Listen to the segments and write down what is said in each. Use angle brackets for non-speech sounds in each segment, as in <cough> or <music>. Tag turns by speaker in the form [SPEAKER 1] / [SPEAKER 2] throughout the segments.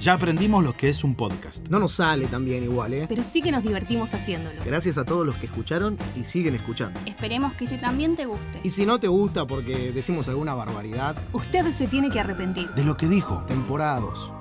[SPEAKER 1] Ya aprendimos lo que es un podcast.
[SPEAKER 2] No nos sale tan bien igual, ¿eh?
[SPEAKER 3] pero sí que nos divertimos haciéndolo.
[SPEAKER 2] Gracias a todos los que escucharon y siguen escuchando.
[SPEAKER 3] Esperemos que este también te guste.
[SPEAKER 2] Y si no te gusta porque decimos alguna barbaridad,
[SPEAKER 3] Usted se tiene que arrepentir.
[SPEAKER 1] De lo que dijo.
[SPEAKER 2] temporados.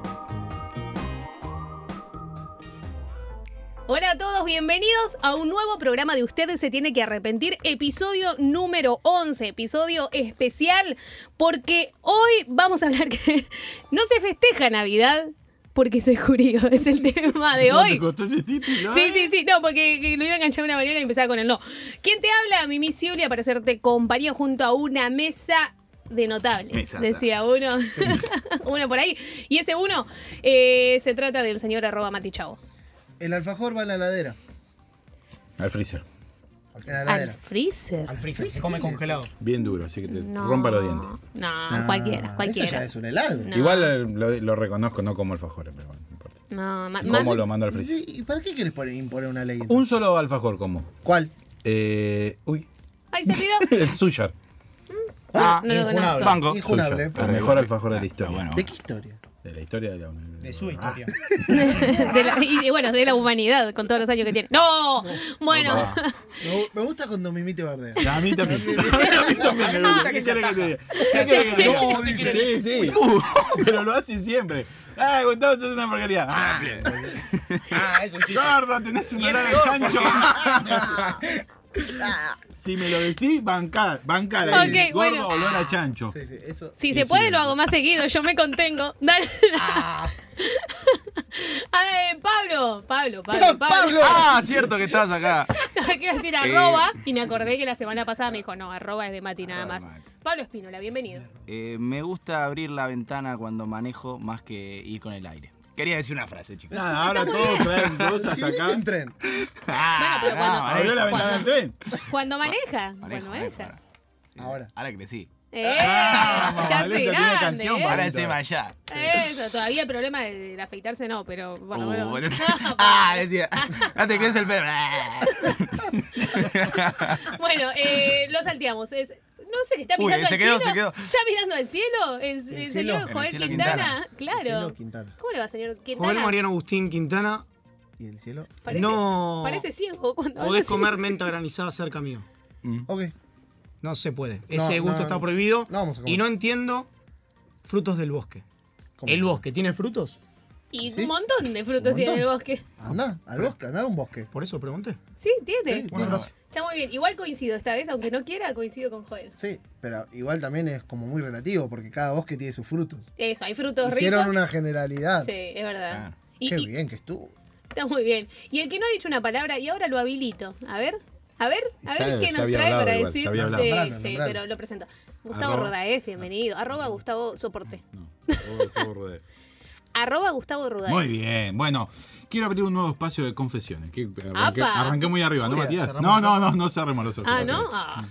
[SPEAKER 4] Hola a todos, bienvenidos a un nuevo programa de Ustedes se tiene que arrepentir, episodio número 11, episodio especial, porque hoy vamos a hablar que <laughs> no se festeja Navidad porque soy judío, es el tema de hoy. Sí, sí, sí, no, porque que lo iba a enganchar una manera y empezaba con el no. ¿Quién te habla? Mimi Siulia para hacerte compañía junto a una mesa de notables,
[SPEAKER 2] Mesaza.
[SPEAKER 4] decía uno. <laughs> uno por ahí. Y ese uno eh, se trata del señor arroba Mati Chao.
[SPEAKER 5] El alfajor va a la heladera.
[SPEAKER 6] Al freezer.
[SPEAKER 5] En la
[SPEAKER 4] Al
[SPEAKER 5] heladera.
[SPEAKER 4] freezer.
[SPEAKER 7] Al Ah, freezer, se come congelado.
[SPEAKER 6] Bien duro, así que te rompa los dientes.
[SPEAKER 4] No,
[SPEAKER 5] Ah,
[SPEAKER 4] cualquiera,
[SPEAKER 5] Eso
[SPEAKER 4] cualquiera.
[SPEAKER 5] ya es un helado.
[SPEAKER 4] No.
[SPEAKER 6] Igual eh, lo, lo reconozco, no como alfajores, pero bueno, no importa.
[SPEAKER 4] No, ma- más.
[SPEAKER 6] Como lo mando al freezer.
[SPEAKER 5] Sí, ¿Y para qué quieres poner, imponer una ley?
[SPEAKER 6] Un solo alfajor como.
[SPEAKER 5] ¿Cuál?
[SPEAKER 6] Eh, <laughs> uy,
[SPEAKER 4] Ay, se olvidó.
[SPEAKER 6] <laughs> el suyar.
[SPEAKER 5] Ah,
[SPEAKER 4] No lo
[SPEAKER 7] Injunable.
[SPEAKER 4] conozco.
[SPEAKER 1] Banco.
[SPEAKER 5] Injunable.
[SPEAKER 6] El
[SPEAKER 2] eh.
[SPEAKER 6] mejor alfajor de la historia.
[SPEAKER 1] bueno.
[SPEAKER 5] ¿De qué historia?
[SPEAKER 6] De la historia Ah, de Ah, la
[SPEAKER 7] De su historia.
[SPEAKER 4] De la- y bueno, de la humanidad, con todos los años que tiene. ¡No! Bueno. <laughs>
[SPEAKER 5] Me, gu- me gusta cuando Mimí te bardea.
[SPEAKER 6] A mí también. a mí también Ah, me gusta. ¿Qué quiere que te diga? ¿Qué quiere que te diga?
[SPEAKER 7] No,
[SPEAKER 6] Sí, sí. Uh, <laughs> pero lo hace siempre. Ah, Gustavo, sos una porquería. Ah,
[SPEAKER 7] <laughs> Ah, es un chiste.
[SPEAKER 6] Gordo, tenés un horario de chancho. <laughs> Si me lo decís, bancá, bancá. ahí.
[SPEAKER 4] Ok,
[SPEAKER 6] Gordo,
[SPEAKER 4] bueno.
[SPEAKER 6] olor a chancho.
[SPEAKER 5] Sí, sí, eso.
[SPEAKER 4] Si se puede, lo hago más seguido. Yo me contengo. <laughs> Dale. Ah, eh, Pablo, Pablo, Pablo, Pablo.
[SPEAKER 1] Ah, cierto que estás acá.
[SPEAKER 4] <laughs> Quiero decir arroba. Y me acordé que la semana pasada me dijo, no, arroba es de Mati nada más. Pablo Espínola, bienvenido.
[SPEAKER 8] Eh, me gusta abrir la ventana cuando manejo más que ir con el aire. Quería decir una frase, chicos.
[SPEAKER 6] Nada, ahora todos traen cosas
[SPEAKER 5] Si viniste
[SPEAKER 6] acá.
[SPEAKER 5] en tren.
[SPEAKER 4] Bueno,
[SPEAKER 8] Ah,
[SPEAKER 4] pero cuando-
[SPEAKER 6] Abrió la ventana del tren.
[SPEAKER 4] Cuando maneja. Cuando
[SPEAKER 8] Manejo, manejo
[SPEAKER 4] maneja.
[SPEAKER 8] ahora.
[SPEAKER 5] Ahora.
[SPEAKER 8] Ahora crecí.
[SPEAKER 4] ¡Eh!
[SPEAKER 6] Ah,
[SPEAKER 4] ya
[SPEAKER 6] Valeta
[SPEAKER 4] soy
[SPEAKER 6] tiene
[SPEAKER 4] grande.
[SPEAKER 6] canción
[SPEAKER 4] eh.
[SPEAKER 6] para
[SPEAKER 8] Ahora
[SPEAKER 6] Bonito.
[SPEAKER 8] encima allá.
[SPEAKER 4] Eso, todavía el problema del afeitarse no, pero bueno.
[SPEAKER 8] Uh,
[SPEAKER 4] bueno.
[SPEAKER 8] bueno.
[SPEAKER 4] No,
[SPEAKER 8] <laughs>
[SPEAKER 4] <laughs>
[SPEAKER 8] ah, decía. No te crees el pelo. Ah,
[SPEAKER 4] Bueno, eh, lo salteamos. Es, no sé qué está
[SPEAKER 8] Uy,
[SPEAKER 4] mirando
[SPEAKER 8] se
[SPEAKER 4] al
[SPEAKER 8] quedó,
[SPEAKER 4] cielo.
[SPEAKER 8] se quedó.
[SPEAKER 4] ¿Está mirando al cielo? ¿El, el
[SPEAKER 5] cielo.
[SPEAKER 4] señor
[SPEAKER 5] En el
[SPEAKER 4] Joel
[SPEAKER 8] cielo
[SPEAKER 4] Quintana? Claro.
[SPEAKER 5] El cielo Quintana.
[SPEAKER 4] ¿Cómo le va, señor Quintana?
[SPEAKER 2] Joel Mariano Agustín Quintana,
[SPEAKER 5] ¿Y el cielo?
[SPEAKER 4] Parece,
[SPEAKER 2] no
[SPEAKER 4] Parece ciego cuando habla
[SPEAKER 2] podés
[SPEAKER 4] así.
[SPEAKER 2] comer menta granizada cerca mío.
[SPEAKER 5] Ok.
[SPEAKER 2] No se puede. Ese
[SPEAKER 5] No,
[SPEAKER 2] gusto
[SPEAKER 5] no,
[SPEAKER 2] está
[SPEAKER 5] no.
[SPEAKER 2] prohibido.
[SPEAKER 5] No vamos a comer.
[SPEAKER 2] Y no entiendo frutos del bosque.
[SPEAKER 5] ¿Cómo?
[SPEAKER 2] ¿El bosque tiene frutos?
[SPEAKER 4] Y
[SPEAKER 5] ¿Sí?
[SPEAKER 4] un montón de frutos
[SPEAKER 5] Un
[SPEAKER 4] tiene en el
[SPEAKER 5] montón.
[SPEAKER 4] bosque.
[SPEAKER 5] Andá, al bosque, andá a un bosque.
[SPEAKER 2] Por eso pregunté.
[SPEAKER 4] Sí, tiene.
[SPEAKER 5] Sí,
[SPEAKER 2] Un abrazo.
[SPEAKER 4] Está muy bien. Igual coincido esta vez, aunque no quiera, coincido con Joel.
[SPEAKER 5] Sí, pero igual también es como muy relativo porque cada bosque tiene sus frutos.
[SPEAKER 4] Eso, hay frutos
[SPEAKER 5] Hicieron
[SPEAKER 4] ricos.
[SPEAKER 5] una generalidad.
[SPEAKER 4] Sí, es verdad.
[SPEAKER 6] Ah,
[SPEAKER 4] Y-
[SPEAKER 5] Qué
[SPEAKER 4] y-
[SPEAKER 5] bien que estuvo.
[SPEAKER 4] Está muy bien. Y el que no ha dicho una palabra, y ahora lo habilito. A ver, a ver, a
[SPEAKER 6] Ya-
[SPEAKER 4] ver qué
[SPEAKER 6] ya
[SPEAKER 4] nos
[SPEAKER 6] había
[SPEAKER 4] trae
[SPEAKER 6] hablado
[SPEAKER 4] para
[SPEAKER 6] igual,
[SPEAKER 4] decir.
[SPEAKER 6] ya había hablado.
[SPEAKER 4] sí,
[SPEAKER 5] Nombralo,
[SPEAKER 4] sí,
[SPEAKER 5] nombralo.
[SPEAKER 4] pero lo presento. Gustavo
[SPEAKER 6] Arroba- Ah,
[SPEAKER 4] Rodaef, bienvenido. Arroba Gustavo Soporte.
[SPEAKER 6] No,
[SPEAKER 5] Oh,
[SPEAKER 6] todo- todo rodea.
[SPEAKER 4] Arroba Gustavo Rodaef.
[SPEAKER 6] Muy bien, bueno, quiero abrir un nuevo espacio de confesiones. que arranqué,
[SPEAKER 4] ¡Apa!
[SPEAKER 6] arranqué muy arriba, ¿no,
[SPEAKER 5] Uy,
[SPEAKER 6] Matías?
[SPEAKER 5] cerramos
[SPEAKER 6] No, no,
[SPEAKER 5] los
[SPEAKER 6] no, no cerremos los ojos.
[SPEAKER 4] Ah, ¿no? Ah.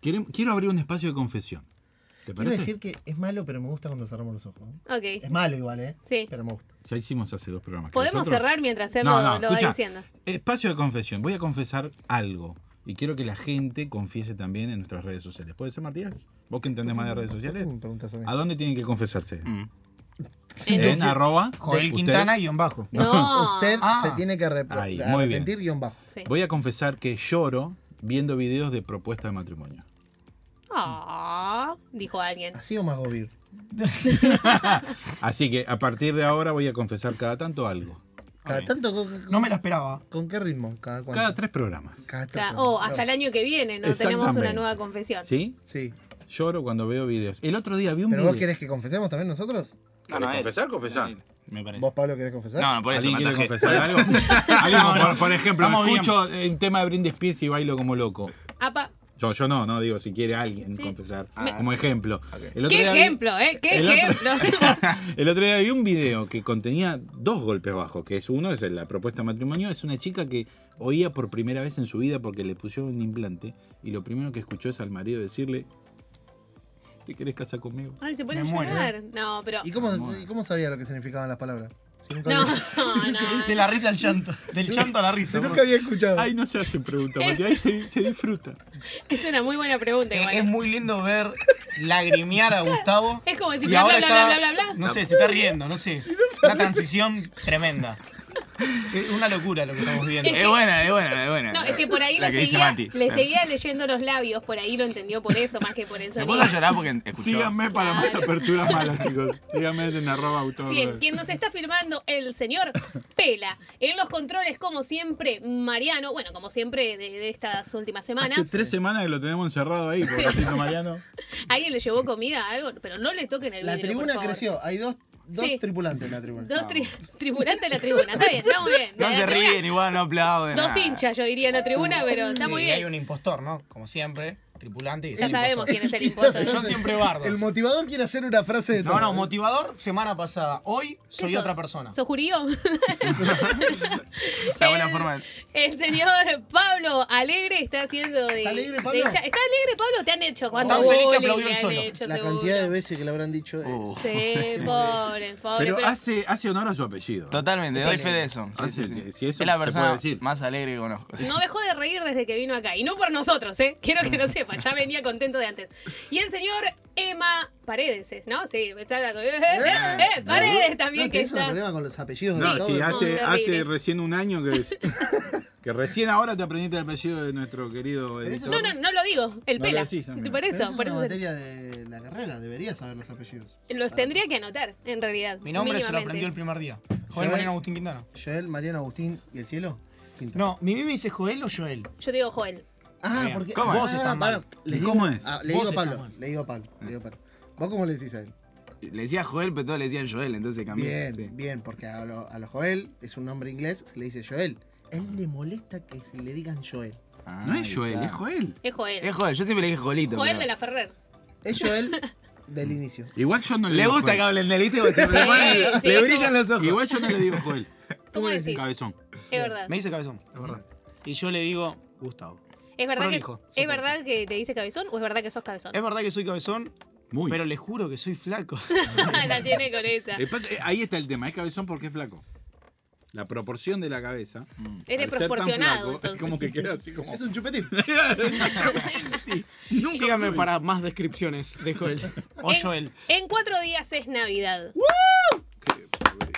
[SPEAKER 6] Quiero, quiero abrir un espacio de confesión. ¿Te
[SPEAKER 5] Quiero
[SPEAKER 6] parece?
[SPEAKER 5] decir que es malo, pero me gusta cuando cerramos los ojos. ¿eh?
[SPEAKER 4] Ok.
[SPEAKER 5] Es malo igual, ¿eh?
[SPEAKER 4] Sí.
[SPEAKER 5] Pero me gusta.
[SPEAKER 6] Ya hicimos hace dos programas.
[SPEAKER 4] Podemos
[SPEAKER 6] ¿Querés otro?
[SPEAKER 4] cerrar mientras él
[SPEAKER 6] No,
[SPEAKER 4] lo,
[SPEAKER 6] no,
[SPEAKER 4] lo va
[SPEAKER 6] escuchá.
[SPEAKER 4] diciendo.
[SPEAKER 6] Espacio de confesión. Voy a confesar algo. Y quiero que la gente confiese también en nuestras redes sociales. ¿Puede ser, Matías? ¿Vos que entendés más de redes sociales?
[SPEAKER 5] Me preguntas a mí.
[SPEAKER 6] ¿A dónde tienen que confesarse?
[SPEAKER 4] En-
[SPEAKER 6] En arroba.
[SPEAKER 7] Mm. Joel
[SPEAKER 6] usted.
[SPEAKER 7] Quintana, guión bajo.
[SPEAKER 4] No.
[SPEAKER 5] <laughs> Usted
[SPEAKER 7] Ah.
[SPEAKER 5] se tiene que arrep-
[SPEAKER 6] Ahí, muy
[SPEAKER 5] arrepentir guión bajo.
[SPEAKER 4] Sí.
[SPEAKER 6] Voy a confesar que lloro viendo videos de propuesta de matrimonio.
[SPEAKER 4] Ah, dijo alguien.
[SPEAKER 5] Así o más gobir.
[SPEAKER 6] Así que a partir de ahora voy a confesar cada tanto algo.
[SPEAKER 5] Cada tanto, con, con-
[SPEAKER 7] No me la esperaba.
[SPEAKER 5] ¿con qué ritmo? ¿Cada cuánto?
[SPEAKER 6] Cada tres programas.
[SPEAKER 5] Cada tres
[SPEAKER 4] Ca-
[SPEAKER 5] programas.
[SPEAKER 4] Oh, hasta el año que viene, ¿no? Tenemos una
[SPEAKER 6] Exactamente.
[SPEAKER 4] nueva confesión.
[SPEAKER 6] ¿Sí?
[SPEAKER 5] Sí.
[SPEAKER 6] Lloro cuando veo videos. El otro día vi un
[SPEAKER 5] ¿Pero
[SPEAKER 6] video.
[SPEAKER 5] vos querés que confesemos también nosotros?
[SPEAKER 8] No, no, él.
[SPEAKER 6] confesar? Confesar.
[SPEAKER 8] Me parece.
[SPEAKER 5] ¿Vos, Pablo, querés confesar?
[SPEAKER 8] No, no, por eso.
[SPEAKER 6] ¿Alguien quiere
[SPEAKER 8] me <laughs> atajé.
[SPEAKER 6] confesar algo? Alguien,
[SPEAKER 7] No, no.
[SPEAKER 6] por, por ejemplo,
[SPEAKER 7] Vamos bien.
[SPEAKER 6] escucho el tema de Brindis Spears y bailo como loco.
[SPEAKER 4] Apa,
[SPEAKER 6] Yo, yo no, no digo si quiere alguien
[SPEAKER 4] Sí.
[SPEAKER 6] confesar. Como ejemplo. El otro
[SPEAKER 4] qué
[SPEAKER 6] día vi-
[SPEAKER 4] ejemplo, ¿eh? Qué
[SPEAKER 6] el otro-
[SPEAKER 4] ejemplo.
[SPEAKER 6] el otro día vi un video que contenía dos golpes bajos, que es uno, es la propuesta de matrimonio, es una chica que oía por primera vez en su vida porque le pusieron un implante y lo primero que escuchó es al marido decirle, ¿te querés casar conmigo?
[SPEAKER 4] Ay, se pone a
[SPEAKER 7] Me muero,
[SPEAKER 4] llorar. No, pero.
[SPEAKER 7] Ah,
[SPEAKER 5] ¿Y cómo, y cómo sabía lo que significaban las palabras?
[SPEAKER 7] Si nunca
[SPEAKER 4] No,
[SPEAKER 7] había-
[SPEAKER 4] no, no.
[SPEAKER 8] <laughs>
[SPEAKER 7] De la risa al llanto. Del llanto a la risa.
[SPEAKER 2] Nunca había escuchado.
[SPEAKER 6] Ahí no se hacen preguntas, porque ahí se, se disfruta.
[SPEAKER 4] Es una muy buena pregunta,
[SPEAKER 7] Eh,
[SPEAKER 4] igual.
[SPEAKER 7] es muy lindo ver lagrimear a Gustavo.
[SPEAKER 4] <laughs> Es como decir,
[SPEAKER 7] y
[SPEAKER 4] bla,
[SPEAKER 7] ahora
[SPEAKER 4] bla, bla,
[SPEAKER 7] está,
[SPEAKER 4] bla, bla, bla.
[SPEAKER 7] No sé, se está riendo, no sé. Una transición tremenda. Es una locura lo que estamos viviendo.
[SPEAKER 4] Es
[SPEAKER 8] Es
[SPEAKER 4] que-
[SPEAKER 8] buena, es buena, es buena.
[SPEAKER 4] No, es que por ahí
[SPEAKER 8] La
[SPEAKER 4] le
[SPEAKER 8] que dice
[SPEAKER 4] seguía,
[SPEAKER 8] Mati.
[SPEAKER 4] le seguía leyendo los labios, por ahí lo entendió por eso, más que por el
[SPEAKER 8] Se
[SPEAKER 4] sonido.
[SPEAKER 8] puso a llorar porque escuchó.
[SPEAKER 6] Síganme para más aperturas malas, chicos. Síganme en arroba autor.
[SPEAKER 4] Bien, quien nos está firmando el señor Pela. En los controles, como siempre, Mariano. Bueno, como siempre, de, de estas últimas semanas.
[SPEAKER 6] Hace tres semanas que lo tenemos encerrado ahí,
[SPEAKER 4] <laughs>
[SPEAKER 6] pobrecito Mariano.
[SPEAKER 4] Alguien le llevó comida, algo, pero no le toquen el
[SPEAKER 5] La
[SPEAKER 4] vidrio,
[SPEAKER 5] tribuna
[SPEAKER 4] por favor.
[SPEAKER 5] creció. Hay dos, dos
[SPEAKER 4] Sí.
[SPEAKER 5] tripulantes en la tribuna.
[SPEAKER 4] Dos tri <laughs> tripulantes en la tribuna. Está bien, está muy bien.
[SPEAKER 8] No
[SPEAKER 4] La
[SPEAKER 8] se
[SPEAKER 4] tribuna-
[SPEAKER 8] ríen, igual no aplauden.
[SPEAKER 4] Dos
[SPEAKER 8] nada.
[SPEAKER 4] hinchas, yo diría, en la tribuna, pero está
[SPEAKER 7] Sí,
[SPEAKER 4] muy
[SPEAKER 7] y Hay
[SPEAKER 4] bien.
[SPEAKER 7] un impostor, ¿no? Como siempre, tripulante. Y
[SPEAKER 4] Ya
[SPEAKER 7] el
[SPEAKER 4] sabemos
[SPEAKER 7] impostor.
[SPEAKER 4] quién es el impostor.
[SPEAKER 7] Yo siempre bardo.
[SPEAKER 5] El motivador quiere hacer una frase de
[SPEAKER 7] No, no, motivador, semana pasada. Hoy
[SPEAKER 4] ¿Qué
[SPEAKER 7] soy
[SPEAKER 4] sos?
[SPEAKER 7] otra persona. <laughs>
[SPEAKER 4] ¿Sos <laughs> jurío?
[SPEAKER 8] La buena
[SPEAKER 4] El-
[SPEAKER 8] forma de-
[SPEAKER 4] El señor Pablo Alegre está haciendo de.
[SPEAKER 5] ¿Está alegre,
[SPEAKER 4] de
[SPEAKER 5] Pablo? Oh.
[SPEAKER 4] hincha- ¿Está alegre, Pablo? ¿Te han hecho cuánto
[SPEAKER 7] Tan feliz que
[SPEAKER 4] bullying
[SPEAKER 7] aplaudió
[SPEAKER 4] le
[SPEAKER 7] él
[SPEAKER 4] han
[SPEAKER 7] solo.
[SPEAKER 4] hecho,
[SPEAKER 5] La
[SPEAKER 4] seguro?
[SPEAKER 5] cantidad de veces que le habrán dicho es-
[SPEAKER 8] Uh,
[SPEAKER 7] <laughs>
[SPEAKER 4] Sí, pobre, pobre.
[SPEAKER 6] Pero
[SPEAKER 4] pero-
[SPEAKER 6] hace, hace honor a su apellido. ¿eh?
[SPEAKER 8] Totalmente, doy fe de eso.
[SPEAKER 6] Ah, sí, sí, sí, eso
[SPEAKER 8] es la
[SPEAKER 6] se puede
[SPEAKER 8] persona
[SPEAKER 6] decir.
[SPEAKER 8] más alegre que conozco.
[SPEAKER 4] No dejó de reír desde que vino acá. Y no por nosotros, ¿eh? Quiero que lo sepa. Ya venía contento de antes. Y el señor Emma Paredes, ¿es, ¿no? Sí, está la. Eh, eh, eh, Paredes también
[SPEAKER 5] No,
[SPEAKER 4] que
[SPEAKER 5] tenés un
[SPEAKER 4] está.
[SPEAKER 5] problema con los apellidos de
[SPEAKER 6] No,
[SPEAKER 5] todo
[SPEAKER 6] si
[SPEAKER 5] el-
[SPEAKER 6] hace,
[SPEAKER 4] terrible.
[SPEAKER 6] hace recién un año que,
[SPEAKER 4] <laughs>
[SPEAKER 6] es- que recién ahora te aprendiste el apellido de nuestro querido editor.
[SPEAKER 4] No, no, no lo digo. El
[SPEAKER 6] No lo
[SPEAKER 4] pela.
[SPEAKER 6] decís, amigo.
[SPEAKER 4] por
[SPEAKER 5] Pero
[SPEAKER 4] eso,
[SPEAKER 5] es
[SPEAKER 4] por
[SPEAKER 5] una
[SPEAKER 4] eso. se-
[SPEAKER 5] materia Ah. de la carrera, deberías saber los apellidos.
[SPEAKER 4] Los tendría que anotar, en realidad.
[SPEAKER 7] Mi nombre se lo
[SPEAKER 4] mínimamente.
[SPEAKER 7] aprendió el primer día. Joel
[SPEAKER 5] Joel.
[SPEAKER 7] Mariano Agustín Quintana.
[SPEAKER 5] Joel, Mariano, Agustín y el cielo. Quinto.
[SPEAKER 7] No, mi mimi dice Joel o Joel.
[SPEAKER 4] Yo digo Joel.
[SPEAKER 5] Ah,
[SPEAKER 7] Bien.
[SPEAKER 5] porque
[SPEAKER 7] ¿Cómo?
[SPEAKER 5] Ah,
[SPEAKER 7] Vos estás
[SPEAKER 5] pará,
[SPEAKER 7] mal.
[SPEAKER 5] le
[SPEAKER 6] ¿Y
[SPEAKER 5] digo-
[SPEAKER 6] cómo es?
[SPEAKER 5] ah, le,
[SPEAKER 7] Vos
[SPEAKER 5] digo a
[SPEAKER 7] estás
[SPEAKER 5] Pablo,
[SPEAKER 7] mal. Ah.
[SPEAKER 5] le digo a Pablo, le digo a Pablo. ¿Vos cómo le decís a él?
[SPEAKER 8] Le decía Joel, pero todos le decían Joel, entonces cambié.
[SPEAKER 5] Bien,
[SPEAKER 8] sí.
[SPEAKER 5] bien, porque a lo, a lo Joel es un nombre inglés, se le dice Joel. A él le molesta que se le digan Joel.
[SPEAKER 8] Ah,
[SPEAKER 6] No es
[SPEAKER 8] ahí
[SPEAKER 6] Joel,
[SPEAKER 8] está.
[SPEAKER 6] es Joel.
[SPEAKER 4] Es Joel.
[SPEAKER 8] Es Joel, yo siempre le dije Joelito.
[SPEAKER 4] Joel
[SPEAKER 8] pero-
[SPEAKER 4] de la Ferrer.
[SPEAKER 5] Es Joel del inicio.
[SPEAKER 6] Igual yo no le,
[SPEAKER 8] Le
[SPEAKER 6] digo
[SPEAKER 8] gusta que
[SPEAKER 6] Joel.
[SPEAKER 8] hablen de él, ¿viste? Porque se
[SPEAKER 4] Sí,
[SPEAKER 8] le ponen-
[SPEAKER 4] sí,
[SPEAKER 8] le
[SPEAKER 4] es
[SPEAKER 8] brillan
[SPEAKER 4] como-
[SPEAKER 8] los ojos.
[SPEAKER 6] Igual yo no le digo
[SPEAKER 4] <laughs>
[SPEAKER 6] Joel.
[SPEAKER 4] ¿Cómo decís?
[SPEAKER 6] Cabezón.
[SPEAKER 4] Es verdad.
[SPEAKER 7] Me dice cabezón, es verdad. Y yo le digo Gustavo.
[SPEAKER 4] ¿Es verdad, que,
[SPEAKER 7] Prolijo,
[SPEAKER 4] ¿Es
[SPEAKER 7] súper.
[SPEAKER 4] verdad que te dice cabezón o es verdad que sos cabezón?
[SPEAKER 7] Es verdad que soy cabezón,
[SPEAKER 6] Muy.
[SPEAKER 7] pero le juro que soy flaco.
[SPEAKER 4] <laughs> la tiene con esa.
[SPEAKER 6] El pat- eh, ahí está el tema, es cabezón porque es flaco. La proporción de la cabeza.
[SPEAKER 4] Mm. Es
[SPEAKER 6] al ser tan
[SPEAKER 4] desproporcionado,
[SPEAKER 6] flaco,
[SPEAKER 4] entonces.
[SPEAKER 6] Es como que queda así como.
[SPEAKER 5] Es un chupetín.
[SPEAKER 7] Síganme para más descripciones de Joel. <laughs> O
[SPEAKER 4] En-
[SPEAKER 7] Joel.
[SPEAKER 4] En, cuatro días es Navidad.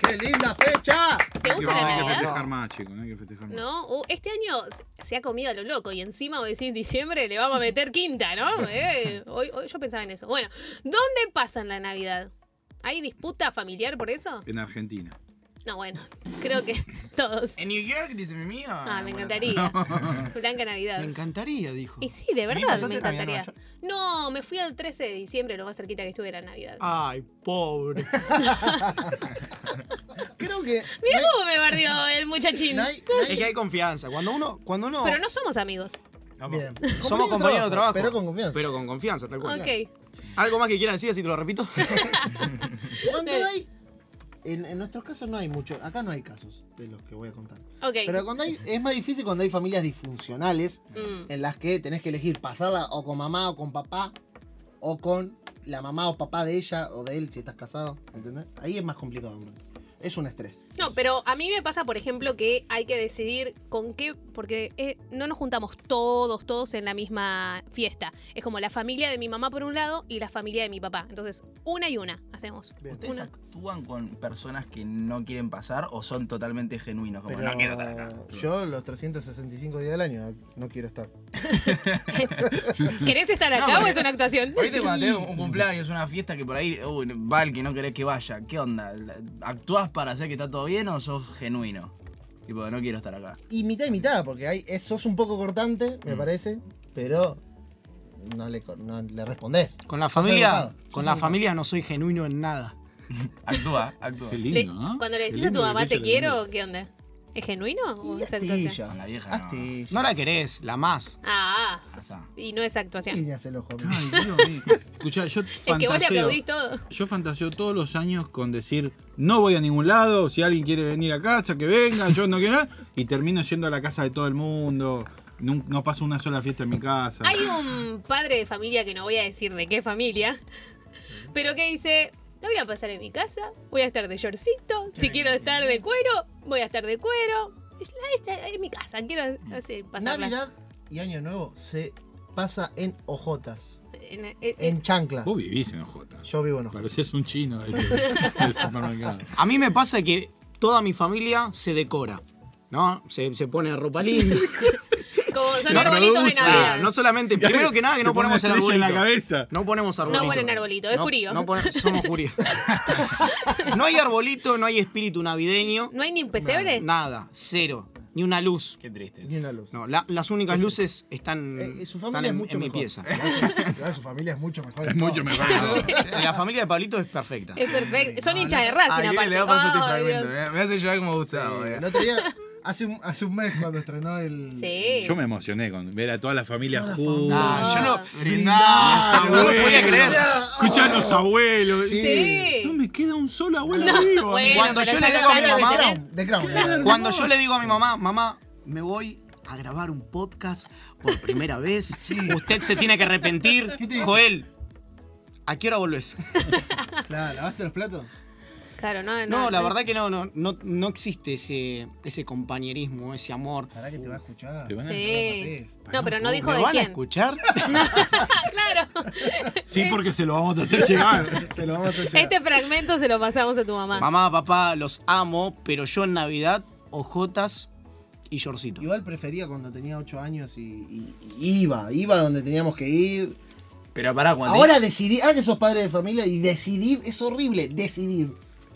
[SPEAKER 5] ¡Qué linda fecha!
[SPEAKER 4] ¿Te
[SPEAKER 6] No,
[SPEAKER 4] gusta
[SPEAKER 6] no
[SPEAKER 4] la
[SPEAKER 6] hay que
[SPEAKER 4] Navidad?
[SPEAKER 6] festejar más, chicos. No hay que festejar más.
[SPEAKER 4] No, Uh, este año se- se ha comido a lo loco y encima vos decís diciembre le vamos a meter quinta, ¿no? Eh, hoy, hoy yo pensaba en eso. Bueno, ¿dónde pasan la Navidad? ¿Hay disputa familiar por eso?
[SPEAKER 6] En Argentina.
[SPEAKER 4] No, bueno, creo que <laughs> todos.
[SPEAKER 7] <laughs>
[SPEAKER 2] Eh,
[SPEAKER 7] ¿En New York dice mi mío?
[SPEAKER 4] Ah, me encantaría. Blanca Navidad.
[SPEAKER 7] Me encantaría, dijo.
[SPEAKER 4] Y sí, de verdad,
[SPEAKER 8] pasaste
[SPEAKER 4] me
[SPEAKER 8] Navidad en
[SPEAKER 4] encantaría. No, me fui al 13 de diciembre, lo más cerquita que estuve era Navidad.
[SPEAKER 2] Ah,
[SPEAKER 7] Ay, pobre.
[SPEAKER 5] Creo que.
[SPEAKER 4] Mira cómo me bardió el muchachín.
[SPEAKER 5] <laughs> no hay- no hay-
[SPEAKER 7] Es que hay confianza. Cuando uno. Cuando uno
[SPEAKER 4] Pero no somos amigos.
[SPEAKER 7] No,
[SPEAKER 5] Bien.
[SPEAKER 7] Somos compañeros de trabajo.
[SPEAKER 5] Pero con confianza.
[SPEAKER 7] Pero con confianza, tal cual.
[SPEAKER 4] Ok.
[SPEAKER 7] ¿Algo más que quieran decir? Así te lo
[SPEAKER 2] <laughs>
[SPEAKER 7] repito.
[SPEAKER 5] Cuando
[SPEAKER 4] Sí.
[SPEAKER 5] hay. En, en nuestros casos no hay mucho. Acá no hay casos de los que voy a contar.
[SPEAKER 4] Ok.
[SPEAKER 5] Pero cuando hay. Es más difícil cuando hay familias disfuncionales
[SPEAKER 4] Mm.
[SPEAKER 5] en las que tenés que elegir pasarla o con mamá o con papá. O con la mamá o papá de ella o de él si estás casado. ¿Entendés? Ahí es más complicado, hombre. Es un estrés.
[SPEAKER 4] No, pero a mí me pasa, por ejemplo, que hay que decidir con qué, porque eh, no nos juntamos todos, todos en la misma fiesta. Es como la familia de mi mamá por un lado y la familia de mi papá. Entonces, una y una hacemos.
[SPEAKER 8] ¿Ustedes
[SPEAKER 4] Una.
[SPEAKER 8] actúan con personas que no quieren pasar o son totalmente genuinos? Como,
[SPEAKER 5] Pero
[SPEAKER 8] no quiero estar acá.
[SPEAKER 5] yo los 365 días del año no quiero estar.
[SPEAKER 4] ¿Querés estar acá o es una actuación?
[SPEAKER 8] Por ahí te cuando tenés un cumpleaños, una fiesta que por ahí uy, va el que no querés que vaya. ¿Qué onda? ¿Actuás para hacer que está todo bien o sos genuino? Tipo, no quiero estar acá.
[SPEAKER 5] Y mitad y mitad, porque hay, es- sos un poco cortante, me parece, pero no le, co- no le respondés.
[SPEAKER 7] Con la
[SPEAKER 5] Sos
[SPEAKER 7] familia.
[SPEAKER 5] educado,
[SPEAKER 7] Con
[SPEAKER 5] sos
[SPEAKER 7] la
[SPEAKER 5] educado.
[SPEAKER 7] familia no soy genuino en nada.
[SPEAKER 8] Actúa,
[SPEAKER 6] <laughs>
[SPEAKER 8] actúa.
[SPEAKER 6] Qué
[SPEAKER 4] Le-
[SPEAKER 6] lindo, ¿no?
[SPEAKER 4] cuando le
[SPEAKER 6] Qué
[SPEAKER 4] decís a
[SPEAKER 6] lindo
[SPEAKER 4] tu mamá
[SPEAKER 6] derecho
[SPEAKER 4] te
[SPEAKER 6] a la
[SPEAKER 4] quiero,
[SPEAKER 6] familia.
[SPEAKER 4] ¿qué onda? ¿Es genuino o
[SPEAKER 5] Y
[SPEAKER 4] es actuación?
[SPEAKER 5] astilla,
[SPEAKER 8] Con la vieja,
[SPEAKER 6] Ah,
[SPEAKER 7] Ah,
[SPEAKER 8] no.
[SPEAKER 5] astilla.
[SPEAKER 7] No la querés, la más.
[SPEAKER 4] Ah, ah,
[SPEAKER 8] Pasá.
[SPEAKER 4] y no es actuación.
[SPEAKER 5] Y le hace el ojo. mira.
[SPEAKER 6] Ay, Dios mío. Escuchá, yo
[SPEAKER 4] <laughs> Es que vos le
[SPEAKER 6] fantaseo-
[SPEAKER 4] aplaudís todo.
[SPEAKER 6] Yo fantaseo todos los años con decir, no voy a ningún lado, si alguien quiere venir a casa, que venga, yo no quiero nada. Y termino yendo a la casa de todo el mundo, no, no paso una sola fiesta en mi casa.
[SPEAKER 4] Hay un padre de familia que no voy a decir de qué familia, pero que dice, La voy a pasar en mi casa, voy a estar de shortcito, si quiero estar de cuero, voy a estar de cuero. Es la- Esta es mi casa, quiero hacer pasar
[SPEAKER 5] Navidad y Año Nuevo se pasa en ojotas,
[SPEAKER 4] En, en- en-
[SPEAKER 5] en chanclas.
[SPEAKER 6] Vos vivís en OJ.
[SPEAKER 5] Yo vivo en ojotas.
[SPEAKER 6] Parecías un chino ahí del supermercado.
[SPEAKER 2] A mí me pasa que toda mi familia se decora, ¿no? Se, se pone ropa
[SPEAKER 4] <laughs>
[SPEAKER 2] linda.
[SPEAKER 4] como son
[SPEAKER 2] No
[SPEAKER 4] arbolitos de
[SPEAKER 2] produce.
[SPEAKER 8] Ah,
[SPEAKER 4] Navidad.
[SPEAKER 2] No solamente, primero que nada Ah, que
[SPEAKER 6] Se
[SPEAKER 2] no
[SPEAKER 6] pone
[SPEAKER 2] ponemos el
[SPEAKER 6] una estrella
[SPEAKER 2] arbolito.
[SPEAKER 6] en la cabeza.
[SPEAKER 2] No ponemos arbolito.
[SPEAKER 4] No ponen arbolito, es
[SPEAKER 2] No-
[SPEAKER 4] jurío.
[SPEAKER 2] No pone- somos
[SPEAKER 4] <laughs>
[SPEAKER 2] juríos. no hay arbolito, no hay espíritu navideño.
[SPEAKER 4] ¿No hay ni un pesebre?
[SPEAKER 2] Nada, cero. Ni una luz.
[SPEAKER 7] Qué triste.
[SPEAKER 5] Ni una luz.
[SPEAKER 2] No, la- las únicas luces están,
[SPEAKER 5] Eh, eh, su
[SPEAKER 2] están
[SPEAKER 5] familia
[SPEAKER 2] en,
[SPEAKER 5] es mucho
[SPEAKER 2] en mi
[SPEAKER 5] mejor. <laughs>
[SPEAKER 2] pieza.
[SPEAKER 5] Claro, su familia es mucho mejor.
[SPEAKER 6] Es mucho mejor.
[SPEAKER 2] Eh, La familia de Pablito es perfecta.
[SPEAKER 4] Es perfecto. Son hinchas de Racing,
[SPEAKER 8] Aquí
[SPEAKER 4] aparte.
[SPEAKER 8] le va a pasar este
[SPEAKER 4] Ay, Dios.
[SPEAKER 8] fragmento. eh. Me hace llorar como Gustavo. eh.
[SPEAKER 5] El otro día, hace un, hace un mes cuando estrenó el.
[SPEAKER 4] Sí.
[SPEAKER 6] Yo me emocioné con ver a toda la familia
[SPEAKER 2] No,
[SPEAKER 6] junta.
[SPEAKER 2] yo no.
[SPEAKER 8] Ah, Brindá,
[SPEAKER 2] No lo podía creer.
[SPEAKER 6] Ah, Escuchá a los abuelos.
[SPEAKER 5] Sí.
[SPEAKER 4] Sí.
[SPEAKER 6] No me queda un solo abuelo
[SPEAKER 4] No,
[SPEAKER 6] vivo.
[SPEAKER 4] bueno,
[SPEAKER 2] Cuando
[SPEAKER 4] pero
[SPEAKER 2] yo
[SPEAKER 4] ya
[SPEAKER 2] le
[SPEAKER 4] los
[SPEAKER 2] digo a mi
[SPEAKER 4] años de
[SPEAKER 2] mamá,
[SPEAKER 4] tener-
[SPEAKER 5] De Crown.
[SPEAKER 2] Cuando yo le digo a mi mamá, mamá, me voy a grabar un podcast por primera vez. Usted se tiene que arrepentir. Joel, ¿a qué hora volvés?
[SPEAKER 5] Claro, ¿lavaste los platos?
[SPEAKER 4] Claro, no,
[SPEAKER 2] No, la verdad que no, no, no, no existe ese, ese compañerismo, ese amor.
[SPEAKER 5] Pará que te va a escuchar.
[SPEAKER 6] Te van a-
[SPEAKER 4] Sí.
[SPEAKER 5] Matés.
[SPEAKER 4] No, pero no dijo
[SPEAKER 2] ¿Me
[SPEAKER 4] de
[SPEAKER 2] van a
[SPEAKER 4] quién. <laughs> Ah,
[SPEAKER 2] escuchar?
[SPEAKER 4] claro.
[SPEAKER 6] Sí, porque se lo vamos a hacer llegar.
[SPEAKER 5] Se lo vamos a hacer.
[SPEAKER 4] Este fragmento se lo pasamos a tu mamá.
[SPEAKER 2] Mamá, papá, los amo, pero yo en Navidad, ojotas y shortcito.
[SPEAKER 5] Igual prefería cuando tenía 8 años y, y- y iba, iba donde teníamos que ir.
[SPEAKER 8] Pero pará, cuando,
[SPEAKER 5] Ahora decidir, ahora que sos padre de familia y decidir es horrible, decidir.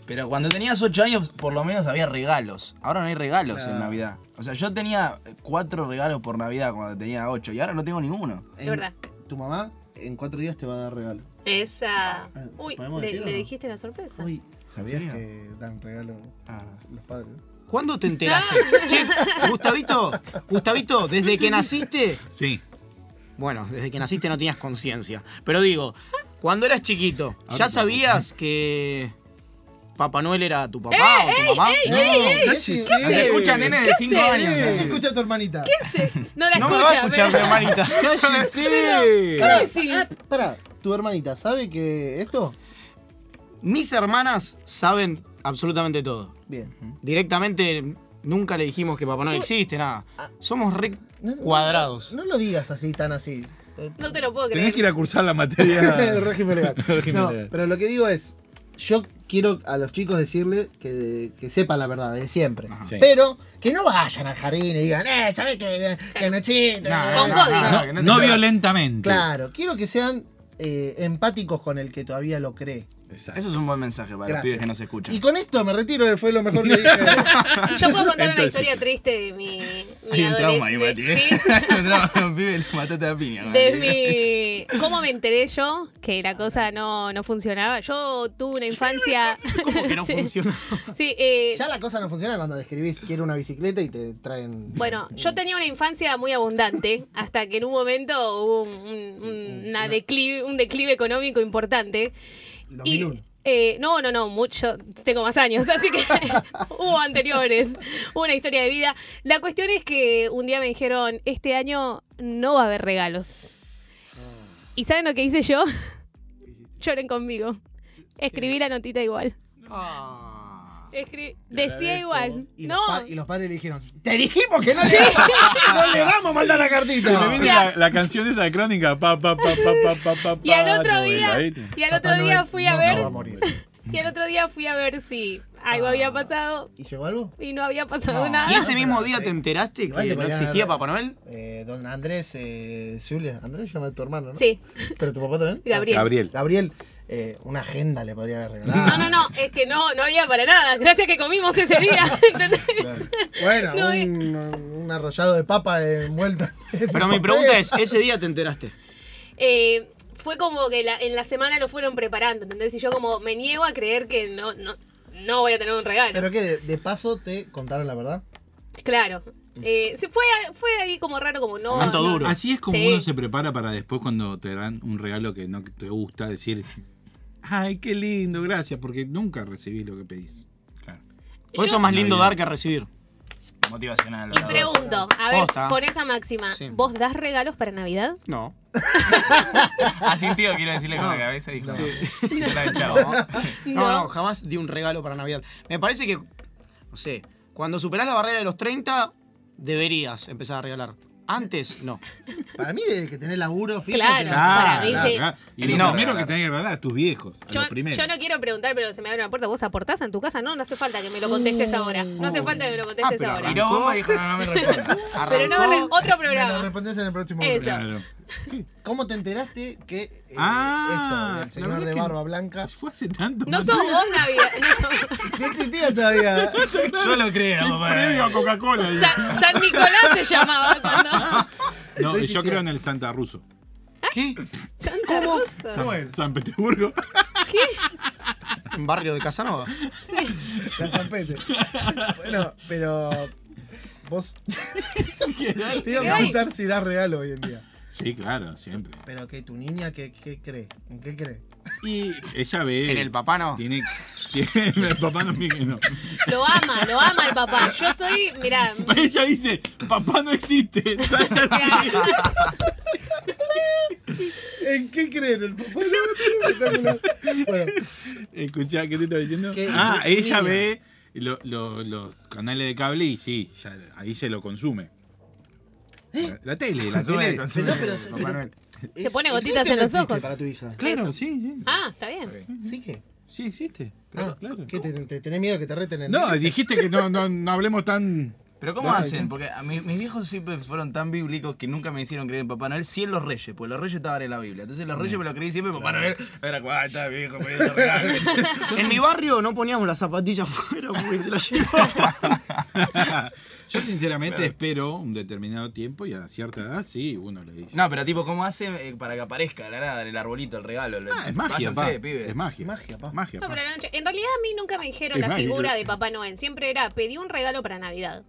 [SPEAKER 8] pero cuando tenías 8 años, por lo menos había regalos. Ahora no hay regalos en
[SPEAKER 5] Claro.
[SPEAKER 8] Navidad. O sea, yo tenía 4 regalos por Navidad cuando tenía 8 y ahora no tengo ninguno.
[SPEAKER 4] De
[SPEAKER 5] En-
[SPEAKER 4] verdad.
[SPEAKER 5] Tu mamá en 4 días te va a dar regalo.
[SPEAKER 4] Esa. Uy,
[SPEAKER 5] Ah, ¿podemos
[SPEAKER 4] le,
[SPEAKER 5] decir o
[SPEAKER 4] le
[SPEAKER 5] no?
[SPEAKER 4] dijiste la sorpresa.
[SPEAKER 5] Uy, ¿sabías
[SPEAKER 8] serio?
[SPEAKER 5] que dan regalo
[SPEAKER 6] Ah.
[SPEAKER 5] los padres?
[SPEAKER 2] ¿Cuándo te
[SPEAKER 5] <laughs>
[SPEAKER 2] enteraste? Che, Gustavito, Gustavito, desde que naciste.
[SPEAKER 6] Sí.
[SPEAKER 2] Bueno, desde que naciste no tenías conciencia. Pero digo, cuando eras chiquito, ¿ya sabías que Papá Noel era tu papá o tu mamá?
[SPEAKER 5] ¿Qué
[SPEAKER 8] Se
[SPEAKER 5] haces?
[SPEAKER 8] escucha nene de 5
[SPEAKER 4] haces?
[SPEAKER 8] años.
[SPEAKER 5] Eh, ¿Qué se escucha a tu hermanita?
[SPEAKER 4] No la
[SPEAKER 2] No me
[SPEAKER 4] escucha,
[SPEAKER 2] va a escuchar mi
[SPEAKER 4] pero-
[SPEAKER 2] hermanita.
[SPEAKER 6] ¡Cállese!
[SPEAKER 5] Pará,
[SPEAKER 4] Sí.
[SPEAKER 5] ah, pará, tu hermanita, ¿sabe que esto?
[SPEAKER 2] Mis hermanas saben absolutamente todo.
[SPEAKER 5] Bien.
[SPEAKER 2] Directamente nunca le dijimos que Papá Noel existe, nada. Somos re
[SPEAKER 5] Ah. No- no-
[SPEAKER 2] cuadrados.
[SPEAKER 5] No lo digas así, tan así. Eh,
[SPEAKER 4] No te lo puedo creer.
[SPEAKER 6] Tenés que ir a cursar la
[SPEAKER 8] ah.
[SPEAKER 6] materia.
[SPEAKER 5] <laughs> El régimen legal.
[SPEAKER 6] régimen
[SPEAKER 5] No,
[SPEAKER 6] legal.
[SPEAKER 5] pero lo que digo es, yo quiero a los chicos decirle que, que sepan la verdad de siempre.
[SPEAKER 6] Sí.
[SPEAKER 5] Pero que no vayan al jardín y digan, eh, ¿sabes qué? Que no existe.
[SPEAKER 4] Con código.
[SPEAKER 8] que
[SPEAKER 6] No,
[SPEAKER 8] te sepa.
[SPEAKER 6] violentamente.
[SPEAKER 5] Claro, quiero que sean eh, empáticos con el que todavía lo cree.
[SPEAKER 6] Exacto.
[SPEAKER 8] Eso es un buen mensaje para los
[SPEAKER 5] Gracias.
[SPEAKER 8] pibes que no se escuchan.
[SPEAKER 5] <laughs> Y con esto me retiro, fue
[SPEAKER 8] <laughs>
[SPEAKER 5] lo mejor que dije.
[SPEAKER 4] Yo puedo contar una
[SPEAKER 6] Entonces.
[SPEAKER 4] historia triste de mi, mi
[SPEAKER 8] Hay un trauma ¿eh? ahí, Mati.
[SPEAKER 4] adolescencia.
[SPEAKER 8] Hay
[SPEAKER 4] <laughs>
[SPEAKER 8] un trauma con pibe, lo mataste a piña. <laughs> Mati.
[SPEAKER 4] De mi. ¿Cómo me enteré yo que la cosa no, no funcionaba? Yo tuve una infancia.
[SPEAKER 2] ¿Cómo que no
[SPEAKER 4] <laughs> Sí.
[SPEAKER 2] funciona?
[SPEAKER 4] Sí, eh,
[SPEAKER 5] ya la cosa no funciona cuando le escribís, quiero una bicicleta y te traen...
[SPEAKER 4] Bueno, yo tenía una infancia muy abundante, hasta que en un momento hubo un, un- una declive, un declive económico importante. Y,
[SPEAKER 5] 2001.
[SPEAKER 4] eh, no, no, no, mucho, tengo más años, <laughs> así que hubo anteriores, hubo una historia de vida. La cuestión es que un día me dijeron, este año no va a haber regalos.
[SPEAKER 5] Ah.
[SPEAKER 4] ¿Y saben lo que hice yo? <laughs> Lloren conmigo. Escribí la notita igual.
[SPEAKER 5] Ah.
[SPEAKER 4] Escri- decía igual.
[SPEAKER 5] Y,
[SPEAKER 4] no.
[SPEAKER 5] los pa- y los padres le dijeron, te dijimos que no le, no le vamos a mandar la
[SPEAKER 6] Se me
[SPEAKER 5] cartita.
[SPEAKER 6] viene la, la canción esa de crónica. Pa, pa, pa, pa, pa, pa, pa,
[SPEAKER 4] Y al
[SPEAKER 6] pa,
[SPEAKER 4] otro día,
[SPEAKER 6] novela, ¿viste?
[SPEAKER 4] y al otro
[SPEAKER 5] Papá
[SPEAKER 4] día
[SPEAKER 5] Noel
[SPEAKER 4] fui a
[SPEAKER 5] no Ah. se va
[SPEAKER 4] ver,
[SPEAKER 5] a morir.
[SPEAKER 4] y al otro día fui a ver si algo había pasado
[SPEAKER 5] ¿Y llegó algo?
[SPEAKER 4] y no había pasado
[SPEAKER 5] Ah.
[SPEAKER 2] ¿Y
[SPEAKER 4] nada.
[SPEAKER 2] ese mismo día te enteraste
[SPEAKER 5] Igual
[SPEAKER 2] que
[SPEAKER 5] te
[SPEAKER 2] no
[SPEAKER 5] podían
[SPEAKER 2] existía
[SPEAKER 5] haber-
[SPEAKER 2] Papá Noel?
[SPEAKER 5] Eh, don Andrés, eh, Zulia. Andrés llama a tu hermano, ¿no?
[SPEAKER 4] Sí,
[SPEAKER 5] ¿Pero tu papá también?
[SPEAKER 4] Gabriel.
[SPEAKER 6] Gabriel.
[SPEAKER 5] Gabriel, eh, una agenda le podría haber regalado.
[SPEAKER 2] Ah.
[SPEAKER 4] No, no, no, es que no, no había para nada. Gracias que comimos ese
[SPEAKER 2] <laughs>
[SPEAKER 4] día, ¿entendés?
[SPEAKER 5] Bueno,
[SPEAKER 4] No, eh.
[SPEAKER 5] un, un arrollado de papa envuelto. en
[SPEAKER 2] <laughs> Pero mi
[SPEAKER 5] papel.
[SPEAKER 2] pregunta es, ¿ese día te enteraste?
[SPEAKER 4] Eh, fue como que la- en la semana lo fueron preparando, ¿entendés? Y yo como me niego a creer que no, no, no voy a tener un regalo.
[SPEAKER 5] ¿Pero qué? De, de paso te contaron la verdad?
[SPEAKER 4] Claro. Eh, se fue, fue ahí como raro, como no.
[SPEAKER 2] Momento
[SPEAKER 4] no.
[SPEAKER 2] duro.
[SPEAKER 6] Así es como
[SPEAKER 4] Sí.
[SPEAKER 6] uno se prepara para después cuando te dan un regalo que no te gusta decir, ay, qué lindo, gracias, porque nunca recibí lo que pedís.
[SPEAKER 2] Por eso
[SPEAKER 4] Yo-
[SPEAKER 2] es más lindo
[SPEAKER 6] Navidad.
[SPEAKER 2] dar que recibir.
[SPEAKER 7] motivacional.
[SPEAKER 4] Y
[SPEAKER 7] la verdad.
[SPEAKER 4] pregunto, a ver,
[SPEAKER 7] Posta.
[SPEAKER 4] con esa máxima,
[SPEAKER 2] Sí.
[SPEAKER 4] ¿vos das regalos para Navidad?
[SPEAKER 2] No.
[SPEAKER 8] Ah,
[SPEAKER 7] Asintido quiero decirle con la cabeza y dijo, no. Está chavo.
[SPEAKER 8] <laughs>
[SPEAKER 2] <laughs> No, no, jamás di un regalo para Navidad. Me parece que, no sé, cuando superás la barrera de los 30, deberías empezar a regalar. Antes, no.
[SPEAKER 5] Para mí, desde que tenés laburo fijo.
[SPEAKER 4] Claro.
[SPEAKER 5] tenés-
[SPEAKER 4] Para
[SPEAKER 6] Claro,
[SPEAKER 4] mí, sí.
[SPEAKER 6] claro. Y
[SPEAKER 7] Y
[SPEAKER 6] lo
[SPEAKER 7] no,
[SPEAKER 6] primero que
[SPEAKER 7] claro.
[SPEAKER 6] tenés que regalar a tus viejos, a
[SPEAKER 4] Yo,
[SPEAKER 6] los primeros.
[SPEAKER 4] yo no quiero preguntar, pero se me abre la puerta. ¿Vos aportás en tu casa? No, no hace falta que me lo contestes ahora. No hace falta que me lo
[SPEAKER 2] Ah,
[SPEAKER 4] contestes
[SPEAKER 2] pero
[SPEAKER 4] ahora.
[SPEAKER 7] Tiró bomba y dijo, no, no me responda.
[SPEAKER 4] Pero no,
[SPEAKER 5] Arrancó,
[SPEAKER 4] re- otro
[SPEAKER 5] Me lo
[SPEAKER 4] programa.
[SPEAKER 5] respondés en el próximo
[SPEAKER 4] Eso.
[SPEAKER 5] programa.
[SPEAKER 6] Claro.
[SPEAKER 5] ¿Cómo te enteraste que eh,
[SPEAKER 6] Ah,
[SPEAKER 5] esto,
[SPEAKER 6] la
[SPEAKER 5] el
[SPEAKER 6] verdad
[SPEAKER 5] señor de
[SPEAKER 6] que-
[SPEAKER 5] barba blanca,
[SPEAKER 6] Fue hace tanto.
[SPEAKER 4] No sos
[SPEAKER 6] Matías.
[SPEAKER 4] vos, Navidad. No
[SPEAKER 5] <laughs>
[SPEAKER 4] sos...
[SPEAKER 5] no existía <laughs> todavía?
[SPEAKER 7] Yo lo creo,
[SPEAKER 6] Sí,
[SPEAKER 7] papá.
[SPEAKER 6] previo a Coca-Cola. digo.
[SPEAKER 4] San, San Nicolás se llamaba cuando. <laughs>
[SPEAKER 6] No, yo
[SPEAKER 5] existía.
[SPEAKER 6] creo en el Santa Ruso.
[SPEAKER 4] ¿Ah?
[SPEAKER 2] ¿Qué?
[SPEAKER 4] Santa ¿Cómo?
[SPEAKER 6] San, San Petersburgo.
[SPEAKER 2] ¿En barrio de Casanova?
[SPEAKER 5] La zampete. Bueno, pero vos te iba a
[SPEAKER 4] hay?
[SPEAKER 5] preguntar si das regalo hoy en día.
[SPEAKER 6] Sí, claro, siempre.
[SPEAKER 5] Pero que tu niña, ¿qué, qué cree? ¿En qué cree?
[SPEAKER 6] Y ella ve.
[SPEAKER 2] ¿En el papá no?
[SPEAKER 6] Tiene. tiene <laughs> el papá no mire, no.
[SPEAKER 4] Lo ama, lo ama el papá. Yo estoy, mirá,
[SPEAKER 6] Ella dice: Papá no existe. sale así.
[SPEAKER 5] ¿En qué cree? En el papá no Bueno,
[SPEAKER 6] Escuchá, ¿qué te estaba diciendo?
[SPEAKER 5] ¿Qué-
[SPEAKER 6] ah,
[SPEAKER 5] qué
[SPEAKER 6] ella
[SPEAKER 5] niña?
[SPEAKER 6] ve lo- lo- los canales de cable y sí, ya- ahí se lo consume. La, la tele, la
[SPEAKER 7] Consume,
[SPEAKER 6] tele.
[SPEAKER 7] consume,
[SPEAKER 5] pero, pero,
[SPEAKER 7] Papá Noel.
[SPEAKER 4] Se pone gotitas en los ojos.
[SPEAKER 5] para tu hija?
[SPEAKER 6] Claro, sí, sí.
[SPEAKER 4] Ah, está bien.
[SPEAKER 5] ¿Sí que?
[SPEAKER 6] Sí existe.
[SPEAKER 5] Ah, ¿qué te, te- tenés miedo que te reten en
[SPEAKER 6] No,
[SPEAKER 5] el-
[SPEAKER 6] dijiste que no, no, no hablemos tan.
[SPEAKER 8] Pero ¿cómo hacen? Porque a mi- mis viejos siempre fueron tan bíblicos que nunca me hicieron creer en Papá Noel, sí en los reyes, porque los reyes estaban en la Biblia. Entonces los reyes me lo creí siempre, Papá Noel era como, ah, está viejo, me dio
[SPEAKER 6] <laughs>
[SPEAKER 8] regalo".
[SPEAKER 2] En mi barrio no poníamos las zapatillas <laughs> fuera porque se las llevaba.
[SPEAKER 6] Yo sinceramente espero un determinado tiempo y a cierta edad sí, uno le dice.
[SPEAKER 8] No, pero tipo, ¿cómo hacen eh, para que aparezca de la nada en el arbolito, el regalo?
[SPEAKER 6] Ah, es magia,
[SPEAKER 8] Váyanse,
[SPEAKER 6] pa.
[SPEAKER 8] pibe.
[SPEAKER 6] Es magia.
[SPEAKER 5] Magia, pa.
[SPEAKER 6] Magia,
[SPEAKER 4] No,
[SPEAKER 6] pa.
[SPEAKER 4] pero a la noche. En realidad a mí nunca me dijeron
[SPEAKER 6] Es
[SPEAKER 4] la
[SPEAKER 6] más,
[SPEAKER 4] figura
[SPEAKER 6] yo-
[SPEAKER 4] de Papá Noel. Siempre era, pedí un regalo para Navidad.